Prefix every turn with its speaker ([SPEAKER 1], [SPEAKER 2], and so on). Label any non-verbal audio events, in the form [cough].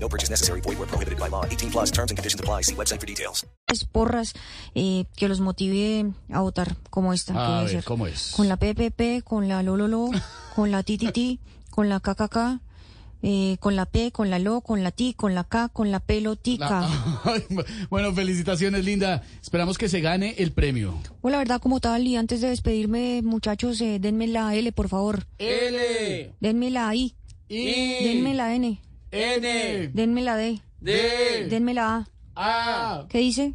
[SPEAKER 1] No purchase necessary. Void where prohibited by law. 18 plus terms and conditions apply. See website for details.
[SPEAKER 2] es pues, porras eh, que los motive a votar como esta. que
[SPEAKER 3] A
[SPEAKER 2] debe
[SPEAKER 3] ver,
[SPEAKER 2] ser.
[SPEAKER 3] ¿cómo es?
[SPEAKER 2] Con la PPP, con la
[SPEAKER 3] [laughs]
[SPEAKER 2] Lololo, con la TTT, con la KKK, eh, con la P, con la LO, con la TI, con la K, con la pelotica.
[SPEAKER 3] [laughs] Ay, bueno, felicitaciones, Linda. Esperamos que se gane el premio.
[SPEAKER 2] Bueno, la verdad, como tal, y antes de despedirme, muchachos, eh, denme la L, por favor.
[SPEAKER 3] L,
[SPEAKER 2] Denme la I,
[SPEAKER 3] I,
[SPEAKER 2] denme la N,
[SPEAKER 3] N,
[SPEAKER 2] denme la D,
[SPEAKER 3] D,
[SPEAKER 2] denme la A.
[SPEAKER 3] A.
[SPEAKER 2] ¿Qué dice?